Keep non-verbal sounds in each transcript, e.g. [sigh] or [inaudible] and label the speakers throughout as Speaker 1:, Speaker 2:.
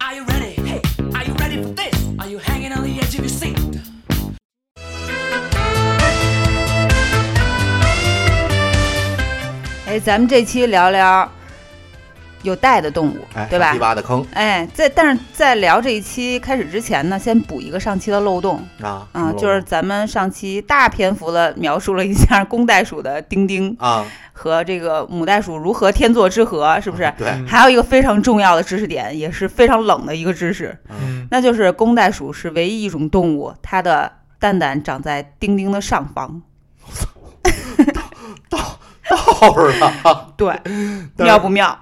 Speaker 1: Are you ready? Hey, are you ready for this? Are you hanging on the edge of your seat?
Speaker 2: 哎，咱们这期聊聊有袋的动物，
Speaker 3: 哎，
Speaker 2: 对吧
Speaker 3: 鸡？巴的坑
Speaker 2: 哎，在但是在聊这一期开始之前呢，先补一个上期的漏洞
Speaker 3: 啊
Speaker 2: 啊，就是咱们上期大篇幅的描述了一下公袋鼠的丁丁
Speaker 3: 啊，
Speaker 2: 和这个母袋鼠如何天作之合，是不是？
Speaker 3: 对，
Speaker 4: 嗯
Speaker 2: 还有一个非常重要的知识点，也是非常冷的一个知识，
Speaker 4: 嗯，
Speaker 2: 那就是公袋鼠是唯一一种动物，它的蛋蛋长在丁丁的上方。
Speaker 3: 到了。
Speaker 2: 对，
Speaker 3: 但是
Speaker 2: [laughs] 妙不妙？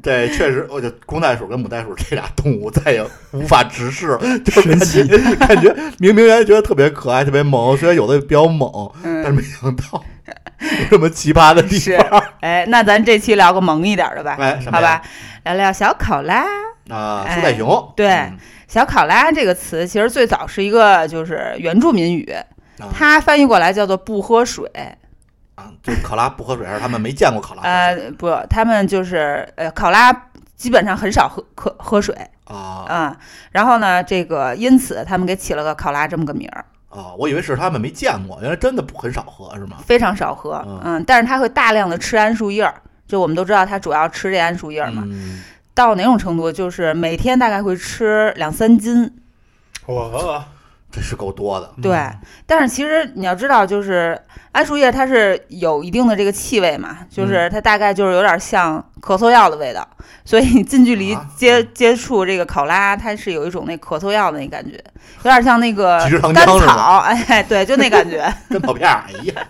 Speaker 3: 对，确实，我就公袋鼠跟母袋鼠这俩动物再也无法直视了，就是
Speaker 4: 神
Speaker 3: 感
Speaker 4: 奇
Speaker 3: 觉感觉明明还觉得特别可爱、特别萌，虽然有的比较猛，但是
Speaker 2: 嗯，
Speaker 3: 没想到有这么奇葩的地
Speaker 2: 是
Speaker 3: 方。。
Speaker 2: 哎，那咱这期聊个萌一点的吧，
Speaker 3: 哎，什么
Speaker 2: 好
Speaker 3: 呀
Speaker 2: 吧？聊聊小考拉。
Speaker 3: 啊，
Speaker 2: 哎
Speaker 3: 树袋熊，
Speaker 2: 对
Speaker 3: 嗯
Speaker 2: 小考拉这个词其实最早是一个就是原住民语
Speaker 3: 啊，
Speaker 2: 它翻译过来叫做不喝水。
Speaker 3: 啊，就考拉不喝水，还是他们没见过考拉喝水
Speaker 2: 呃，不，他们就是呃，考拉基本上很少喝喝喝水，
Speaker 3: 啊
Speaker 2: 嗯，然后呢，这个因此他们给起了个考拉这么个名儿，
Speaker 3: 啊！我以为是他们没见过，原来真的不很少喝是吗？
Speaker 2: 非常少喝
Speaker 3: 嗯，
Speaker 2: 嗯，但是它会大量的吃桉树叶儿，就我们都知道它主要吃这桉树叶儿嘛，
Speaker 3: 嗯，
Speaker 2: 到哪种程度，就是每天大概会吃两三斤，
Speaker 4: 我
Speaker 3: 这是够多的。
Speaker 2: 对，但是其实你要知道，就是桉树叶它是有一定的这个气味嘛，
Speaker 3: 嗯
Speaker 2: 就是它大概就是有点像咳嗽药的味道， [laughs] 所以你近距离
Speaker 3: 啊
Speaker 2: 接、接触这个考拉，它是有一种那咳嗽药的那感觉，有点像那个
Speaker 3: 菊糖
Speaker 2: 甘
Speaker 3: 浆是
Speaker 2: 草，
Speaker 3: 吧
Speaker 2: 哎，对，就那
Speaker 3: [laughs]
Speaker 2: 感觉，
Speaker 3: 跟跑片儿哎一样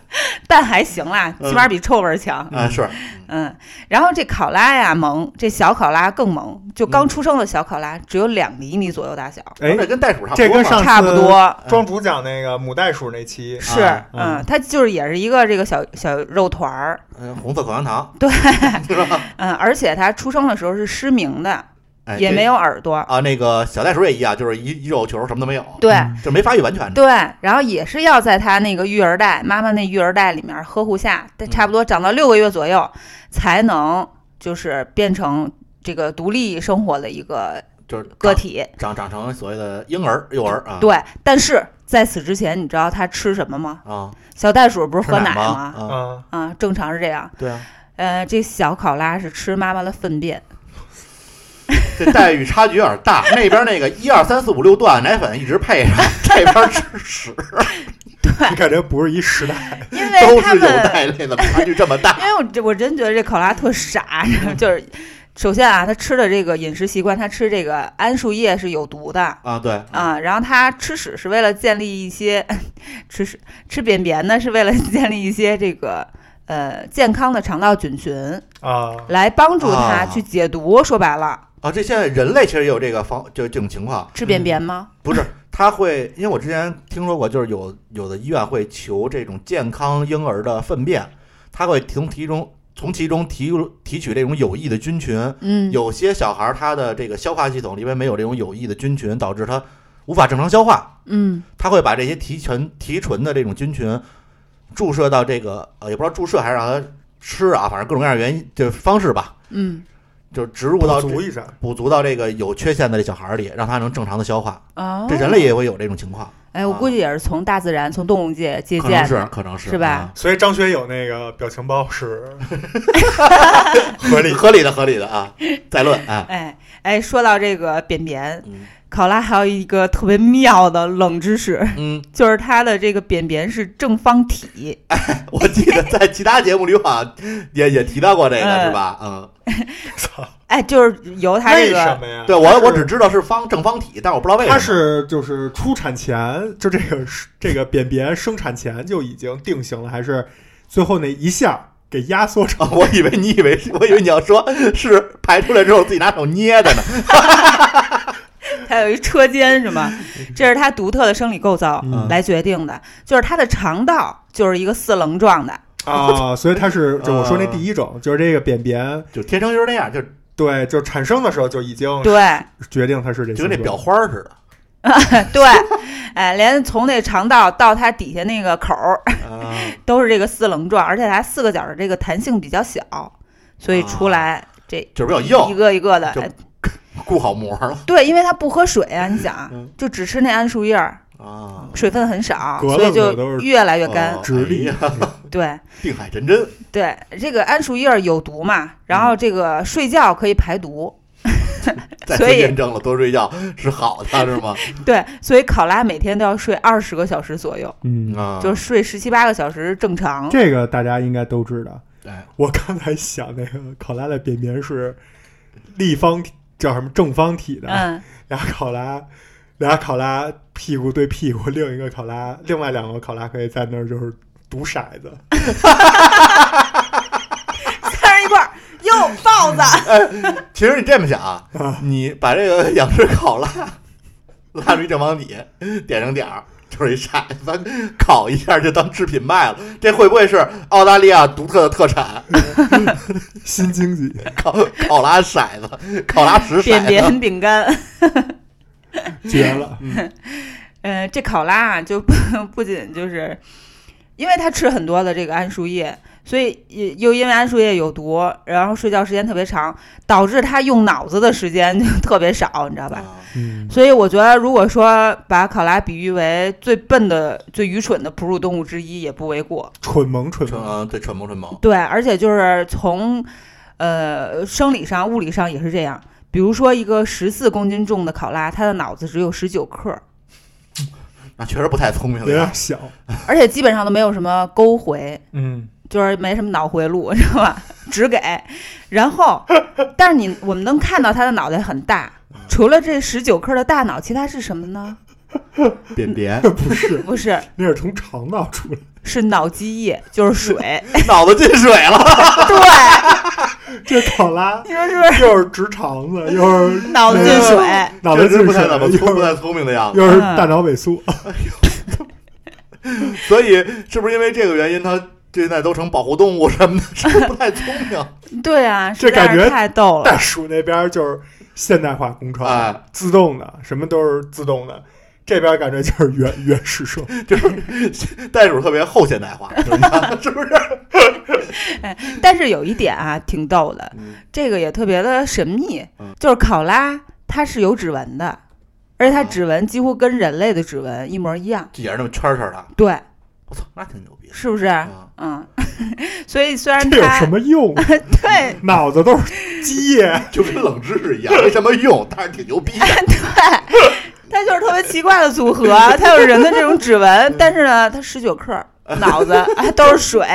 Speaker 2: 但还行啦，
Speaker 3: 嗯
Speaker 2: 起码比臭味儿强。
Speaker 3: 啊，是
Speaker 2: 嗯，然后这考拉呀萌，这小考拉更萌，就
Speaker 4: 嗯
Speaker 2: 刚出生的小考拉只有两厘米左右大小，
Speaker 4: 哎，
Speaker 3: 这跟袋鼠差不多嘛，
Speaker 4: 这跟上次
Speaker 2: 差不多。
Speaker 4: 庄主讲那个母袋鼠那期，
Speaker 2: 是
Speaker 3: 啊，
Speaker 4: 嗯
Speaker 2: 嗯，它就是也是一个这个小小肉团儿，
Speaker 3: 嗯红色口香糖
Speaker 2: 嗯，而且它出生的时候是失明的，
Speaker 3: 哎
Speaker 2: 也
Speaker 3: 这
Speaker 2: 没有耳朵，
Speaker 3: 啊，那个小袋鼠也一样，就是一一肉球什么都没有，
Speaker 2: 对
Speaker 4: 嗯
Speaker 3: 就没发育完全的。
Speaker 2: 对，然后也是要在它那个育儿袋，妈妈那育儿袋里面呵护下，
Speaker 4: 嗯
Speaker 2: 它差不多长到六个月左右才能就是变成这个独立生活的一个
Speaker 3: 就是
Speaker 2: 个
Speaker 3: 长
Speaker 2: 体。
Speaker 3: 长长成所谓的婴儿幼儿啊，
Speaker 2: 对，但是在此之前，你知道它吃什么吗？
Speaker 3: 啊，
Speaker 2: 小袋鼠不是喝
Speaker 3: 吃奶
Speaker 2: 奶吗？
Speaker 3: 啊，
Speaker 4: 啊，
Speaker 2: 啊，正常是这样。
Speaker 3: 对啊，
Speaker 2: 呃，这小考拉是吃妈妈的
Speaker 3: [laughs]
Speaker 2: 粪便，
Speaker 3: 这待遇差距有点大，那边那个一二三四五六段奶粉一直配上，这边
Speaker 2: [laughs]
Speaker 3: 吃屎
Speaker 4: 你感觉不是一
Speaker 3: [laughs]
Speaker 4: 时代，
Speaker 2: 因
Speaker 3: 都
Speaker 2: 为他
Speaker 3: 是有
Speaker 2: 们，
Speaker 3: 袋类的，差距这么大
Speaker 2: 因为我这我真觉得这考拉特傻，就是首先啊，它吃的这个饮食习惯，它吃这个桉树叶是有毒的。
Speaker 3: 啊，对
Speaker 2: 啊，然后它吃屎是为了建立一些， [laughs] 吃屎吃便便呢是为了建立一些这个呃健康的肠道菌群，
Speaker 4: 啊，
Speaker 2: 来帮助它
Speaker 3: 啊
Speaker 2: 去解毒。说白了，
Speaker 3: 啊，这现在人类其实也有这个方，就这种情况，
Speaker 2: 吃便便吗？
Speaker 3: 不
Speaker 2: [laughs]
Speaker 3: 是他会，因为我之前听说过，就是有有的医院会求这种健康婴儿的粪便，他会从其中从其中提入提取这种有益的菌群。
Speaker 2: 嗯，
Speaker 3: 有些小孩儿他的这个消化系统里面没有这种有益的菌群，导致他无法正常消化，
Speaker 2: 嗯
Speaker 3: 他会把这些提纯提纯的这种菌群注射到这个呃，也不知道注射还是让他吃啊，反正各种各样的原因就是方式吧，
Speaker 2: 嗯
Speaker 3: 就是植入到这
Speaker 4: 足一下，
Speaker 3: 补足到这个有缺陷的这小孩儿里，让他能正常的消化。
Speaker 2: 哦，
Speaker 3: 这人类也会有这种情况。
Speaker 2: 哎，我
Speaker 3: 啊
Speaker 2: 估计也是从大自然、从动物界借
Speaker 3: 可
Speaker 2: 鉴
Speaker 3: 能
Speaker 2: 的。
Speaker 3: 是，可能是，
Speaker 2: 是吧
Speaker 3: 啊
Speaker 4: 所以张学友那个表情包是合理，
Speaker 3: 合理的，合理的啊，再论啊，
Speaker 2: 哎哎，说到这个便便，
Speaker 3: 嗯
Speaker 2: 考拉还有一个特别妙的冷知识，
Speaker 3: 嗯，
Speaker 2: 就是它的这个便便是正方体。
Speaker 3: 我记得在其他节目里好像也也提到过这个，
Speaker 2: 嗯
Speaker 3: 是吧？嗯，
Speaker 4: 操，
Speaker 2: 哎，就是由它
Speaker 4: 为
Speaker 2: 这
Speaker 4: 什
Speaker 2: 个
Speaker 4: 么呀？
Speaker 3: 对我我
Speaker 4: 是
Speaker 3: 只知道是方正方体，但我不知道为什么。
Speaker 4: 它是就是出产前就这个这个便便生产前就已经定型了，还是最后那一下给压缩成
Speaker 3: 啊，我以为你以为我以为你要说是排出来之后自己拿手捏的呢。
Speaker 2: 它有一车间是吗？
Speaker 3: 嗯
Speaker 2: 这是它独特的生理构造
Speaker 4: 嗯
Speaker 2: 来决定的，就是它的肠道就是一个四棱状的，
Speaker 4: 啊， [laughs] 所以它是就我说
Speaker 3: 啊
Speaker 4: 那第一种，就是这个便便，
Speaker 3: 就天生就是那样，就
Speaker 4: 对，就产生的时候就已经
Speaker 2: 对 [laughs]
Speaker 4: 决定它是这
Speaker 3: 就跟那
Speaker 4: 形
Speaker 3: 裱
Speaker 4: 状
Speaker 3: 花儿似的。
Speaker 2: 对，哎，连从那肠道到它底下那个口儿
Speaker 3: 啊，
Speaker 2: 都是这个四棱状，而且它四个角的这个弹性比较小，所以出来这
Speaker 3: 就是比较
Speaker 2: 一
Speaker 3: 硬，
Speaker 2: 个一个的，
Speaker 3: 就
Speaker 2: 哎
Speaker 3: 固好膜了
Speaker 2: 对，因为它不喝水啊，你想啊
Speaker 3: 嗯，
Speaker 2: 就只吃那桉树叶儿，
Speaker 3: 啊。
Speaker 2: 水分很少，
Speaker 4: 格
Speaker 2: 所以
Speaker 4: 楞的
Speaker 2: 就
Speaker 4: 都是
Speaker 2: 越来越干
Speaker 3: 哦。
Speaker 4: 直立
Speaker 3: 哎，
Speaker 2: 对
Speaker 3: [laughs] 定海神针，
Speaker 2: 对，这个桉树叶儿有毒嘛，然后这个睡觉可以排毒， [laughs]
Speaker 3: 再
Speaker 2: [laughs] 所
Speaker 3: 次
Speaker 2: 以
Speaker 3: 验证了多睡觉是好的，是吗？
Speaker 2: 对，所以考拉每天都要睡二十个小时左右，
Speaker 4: [laughs] 嗯，
Speaker 3: 啊，
Speaker 2: 就是睡十七八个小时正常。
Speaker 4: 这个大家应该都知道。
Speaker 3: 哎
Speaker 4: 我刚才想那个考拉的便便是立方体叫什么正方体的，
Speaker 2: 嗯，
Speaker 4: 俩考拉，俩考拉屁股对屁股，另一个考拉，另外两个考拉可以在那儿就是赌骰子，
Speaker 2: 三人一块儿，哟，豹子，
Speaker 3: 其实你这么想啊，你把这个养殖烤拉拉出一正方体，点上点儿， [laughs] 就是一骰子，烤一下就当制品卖了。这会不会是澳大利亚独特的特产？ [laughs]
Speaker 4: 新经济。
Speaker 3: 烤烤拉骰子， [laughs] 啊烤拉石
Speaker 2: 扁
Speaker 3: 骰子。
Speaker 2: 扁饼干。
Speaker 4: 绝了！
Speaker 2: 呃，这考拉啊，就不 [laughs] 不仅就是，因为它吃很多的这个桉树叶，所以也又因为桉树叶有毒，然后睡觉时间特别长，导致它用脑子的时间就特别少，你知道吧？
Speaker 3: 啊
Speaker 4: 嗯，
Speaker 2: 所以我觉得，如果说把考拉比喻为最笨的、最愚蠢的哺乳动物之一，也不为过。
Speaker 4: 蠢萌蠢
Speaker 3: 纯
Speaker 4: 萌，
Speaker 3: 啊，对，蠢萌蠢萌，
Speaker 2: 对，而且就是从呃生理上、物理上也是这样。比如说，一个十四公斤重的考拉，它的脑子只有十九克，
Speaker 3: 那确实不太聪明
Speaker 4: 有
Speaker 3: 了
Speaker 4: 点
Speaker 3: 呀。
Speaker 4: 小。
Speaker 2: 而且基本上都没有什么沟回，
Speaker 4: 嗯，
Speaker 2: 就是没什么脑回路， [laughs] 知道吧？只给，然后，但是你我们能看到它的脑袋很大，除了这十九克的大脑，其他是什么呢？
Speaker 3: 扁扁，
Speaker 4: 不是，
Speaker 2: 不是，
Speaker 4: 那是从肠道出来
Speaker 2: 是脑积液，就是水。
Speaker 3: [laughs] 脑子进水 [laughs] 了，
Speaker 2: 对，
Speaker 4: 的。这考拉
Speaker 2: 你说是不是？
Speaker 4: 又是直肠子，又是
Speaker 2: 脑子进水，
Speaker 4: 脑袋
Speaker 3: 确
Speaker 4: 进
Speaker 3: 实
Speaker 4: 水，
Speaker 3: 不太怎么聪，不
Speaker 4: 又
Speaker 3: 太
Speaker 4: 是
Speaker 3: 聪明的样子。
Speaker 4: 又是
Speaker 2: 嗯
Speaker 4: 大脑萎缩。
Speaker 2: 哦
Speaker 4: [laughs]
Speaker 3: 所以是不是因为这个原因，它现在都成保护动物什么的，是不是不太聪明？ [laughs]
Speaker 2: 对啊，
Speaker 4: 这
Speaker 2: 实在
Speaker 4: 感
Speaker 2: 是
Speaker 4: 觉
Speaker 2: 太逗
Speaker 4: [laughs]
Speaker 2: 了。
Speaker 4: 袋鼠那边就是现代化工厂，
Speaker 2: 啊
Speaker 3: 哎
Speaker 4: 自动的，什么都是自动的。这边感觉就是原原始社会，
Speaker 3: 就是袋鼠特别后现代化，就是它 [laughs] 是不是？
Speaker 2: 但是有一点啊，挺逗的，
Speaker 3: 嗯
Speaker 2: 这个也特别的神秘
Speaker 3: 嗯，
Speaker 2: 就是考拉它是有指纹的，而且它
Speaker 3: 啊
Speaker 2: 指纹几乎跟人类的指纹一模一样。
Speaker 3: 这也是那么圈圈的，
Speaker 2: 对，
Speaker 3: 我操，那挺牛逼的
Speaker 2: 是不是？
Speaker 3: 啊！
Speaker 2: 嗯，所以虽然
Speaker 4: 这有
Speaker 2: 它
Speaker 4: 什么用？啊
Speaker 2: 对
Speaker 4: 脑子都是鸡液，
Speaker 3: 就跟冷知识一样，没什么用，但是挺牛 [laughs] 逼的。
Speaker 2: 它就是特别奇怪的组合，它有人的这种指
Speaker 4: 嗯
Speaker 2: 纹，但是呢，它十九克，脑子
Speaker 4: [laughs]
Speaker 2: 啊都是水，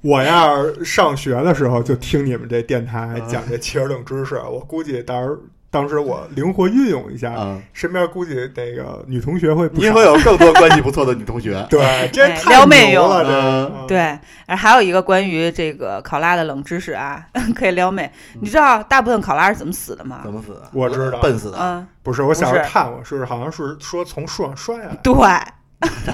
Speaker 4: 我要是上学的时候就听你们这电台
Speaker 2: 嗯
Speaker 4: 讲这奇尔冷知识，我估计到时候当时我灵活运用一下，
Speaker 3: 嗯，
Speaker 4: 身边估计那个女同学会不
Speaker 3: 你
Speaker 4: 少。
Speaker 3: 会。有更多关系不错的女同学
Speaker 4: 对，这
Speaker 2: 哎
Speaker 4: 太
Speaker 2: 撩妹
Speaker 4: 牛
Speaker 2: 用
Speaker 4: 了，
Speaker 3: 嗯
Speaker 4: 这
Speaker 2: 对。哎还有一个关于这个考拉的冷知识啊， [laughs] 可以撩妹。
Speaker 4: 嗯
Speaker 2: 你知道大部分考拉是怎么死的吗
Speaker 3: 怎？么死的？
Speaker 4: 我知道
Speaker 3: 笨死的，
Speaker 2: 嗯，
Speaker 4: 不是我小时
Speaker 2: 不
Speaker 4: 候
Speaker 2: 是
Speaker 4: 看过，是好像是说从树上摔下啊来的。
Speaker 2: 对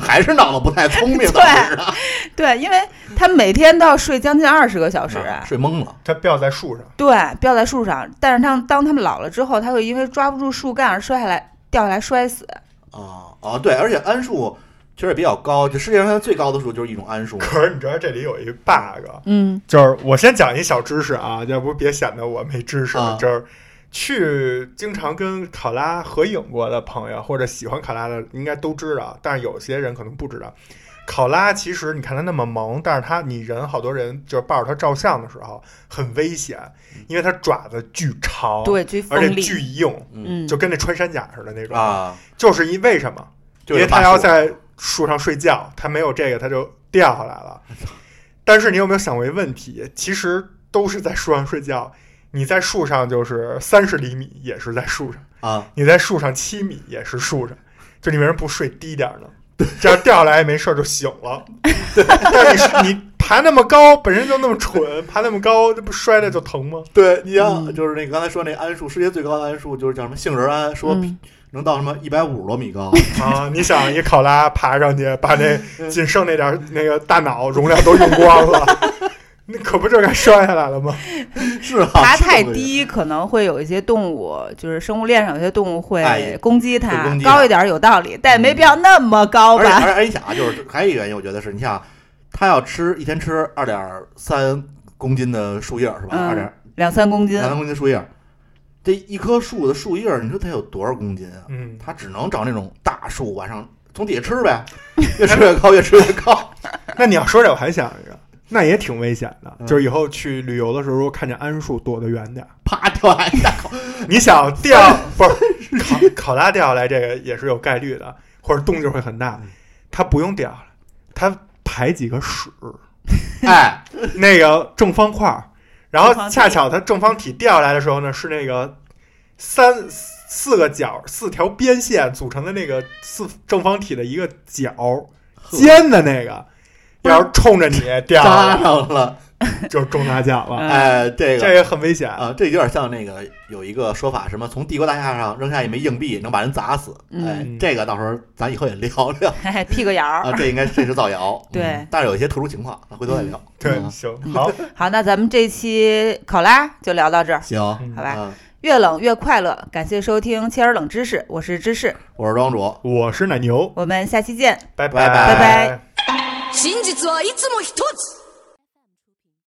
Speaker 3: 还是脑子不太聪明 [laughs]
Speaker 2: 对
Speaker 3: 导致的，啊
Speaker 2: 对，因为它每天都要睡将近二十个小时。
Speaker 3: 啊
Speaker 4: 嗯
Speaker 3: 睡懵了。
Speaker 4: 它掉在树上，
Speaker 2: 对，吊在树上，但是它当它们老了之后，它会因为抓不住树干而摔下来，掉下来摔死。
Speaker 3: 哦哦，对，而且桉树确实也比较高，就世界上现在最高的树就是一种桉树。
Speaker 4: 可是你知道这里有一 bug，
Speaker 2: 嗯
Speaker 4: 就是我先讲一小知识啊，要不别显得我没知识。
Speaker 3: 啊
Speaker 4: 就是去经常跟考拉合影过的朋友，或者喜欢考拉的，应该都知道。但是有些人可能不知道，考拉其实你看它那么萌，但是它你人好多人就是抱着它照相的时候很危险，因为它爪子巨长，，
Speaker 2: 对，巨锋
Speaker 4: 哦而且
Speaker 2: 利。
Speaker 4: 巨硬，
Speaker 2: 嗯，
Speaker 4: 就跟那穿山甲似的那种。
Speaker 3: 啊，
Speaker 4: 就是因为什么？
Speaker 3: 就
Speaker 4: 因
Speaker 3: 是
Speaker 4: 为他
Speaker 3: 大
Speaker 4: 要
Speaker 3: 树
Speaker 4: 在树上睡觉，他没有这个他就掉下来了。但是你有没有想过一个问题？其实都是在树上睡觉，你在树上就是三十厘米也是在树上，
Speaker 3: 啊，
Speaker 4: 你在树上七米也是树上，就你 [laughs] 为什么不睡低点儿呢？这样掉下来也没事儿就醒了。但是你你爬那么高，本身就那么蠢，爬那么高，这不摔了就疼吗？
Speaker 3: 对，你像、就是那刚才说那桉树，世界最高的桉树就是叫什么杏仁桉，说
Speaker 2: 嗯
Speaker 3: 能到什么一百五十多米 [laughs] 高，
Speaker 4: 啊，你想一考拉爬上去，把那
Speaker 3: 嗯
Speaker 4: 仅剩那点儿那个大脑容量都用
Speaker 3: [laughs]
Speaker 4: 光了，那可不就该摔下来了吗？嗯
Speaker 3: 是啊，
Speaker 2: 爬
Speaker 3: 是
Speaker 2: 太
Speaker 3: 这么个原因，
Speaker 2: 低可能会有一些动物，就是生物链上有些动物
Speaker 3: 哎
Speaker 2: 会攻
Speaker 3: 会
Speaker 2: 击它，
Speaker 3: 攻击它嗯
Speaker 2: 高一点有道理，但也没必要那么高
Speaker 3: 而且而
Speaker 2: 吧？
Speaker 3: 且而且你想啊，就是还有一个原因，我觉得是你想，啊他要吃一天吃二点三公斤的树叶儿是吧？
Speaker 2: 嗯
Speaker 3: 二点
Speaker 2: 两三公斤
Speaker 3: 两，三公斤树叶儿，这一棵树的树叶儿，你说它有多少公斤啊？
Speaker 4: 嗯，
Speaker 3: 它只能找那种大树往上从底下吃呗，越吃越高，越吃越高。
Speaker 4: 那你要说这，我还想一个，那也挺危险的，
Speaker 3: 嗯
Speaker 4: 就是以后去旅游的时候，如果看见桉树，躲得远点儿。
Speaker 3: 啪掉下来一大口，
Speaker 4: 你想掉不是考考拉掉下来，这个也是有概率的，或者动静会很大
Speaker 3: 嗯。
Speaker 4: 它不用掉下来，它排几个屎，
Speaker 3: 哎，
Speaker 4: 那个正方块儿，然后
Speaker 2: 正方体
Speaker 4: 恰巧它正方体掉下来的时候呢，是那个三四个角四条边线组成的那个四正方体的一个角尖的那个，
Speaker 3: 不是
Speaker 4: 要是冲着你掉下
Speaker 3: 扎
Speaker 2: [laughs]
Speaker 4: 来，
Speaker 3: 上了，
Speaker 4: 就是中大奖了。
Speaker 2: 嗯
Speaker 3: 哎，这个
Speaker 4: 这也很危险
Speaker 3: 啊，这有点像那个有一个说法，什么从帝国大厦上扔下一枚硬币能把人砸死。哎
Speaker 4: 嗯，
Speaker 3: 这个到时候咱以后也聊聊
Speaker 2: 哎，屁个眼
Speaker 3: 啊，
Speaker 2: 儿。
Speaker 3: 这应该这是造谣。
Speaker 2: 对
Speaker 3: 嗯但是有一些特殊情况，回头再聊。
Speaker 4: 对，
Speaker 3: 嗯
Speaker 4: 行，
Speaker 2: 嗯
Speaker 4: 好，
Speaker 2: 好，那咱们这期考拉就聊到这儿，
Speaker 3: 行，
Speaker 4: 嗯
Speaker 2: 好吧？
Speaker 3: 嗯
Speaker 2: 越冷越快乐，感谢收听《切尔冷知识》，我是芝士，
Speaker 3: 我是庄主，
Speaker 4: 我是奶牛，
Speaker 2: 我们下期见。
Speaker 4: 拜
Speaker 3: 拜拜
Speaker 2: 拜拜
Speaker 4: 拜。
Speaker 5: 真実はいつも一つ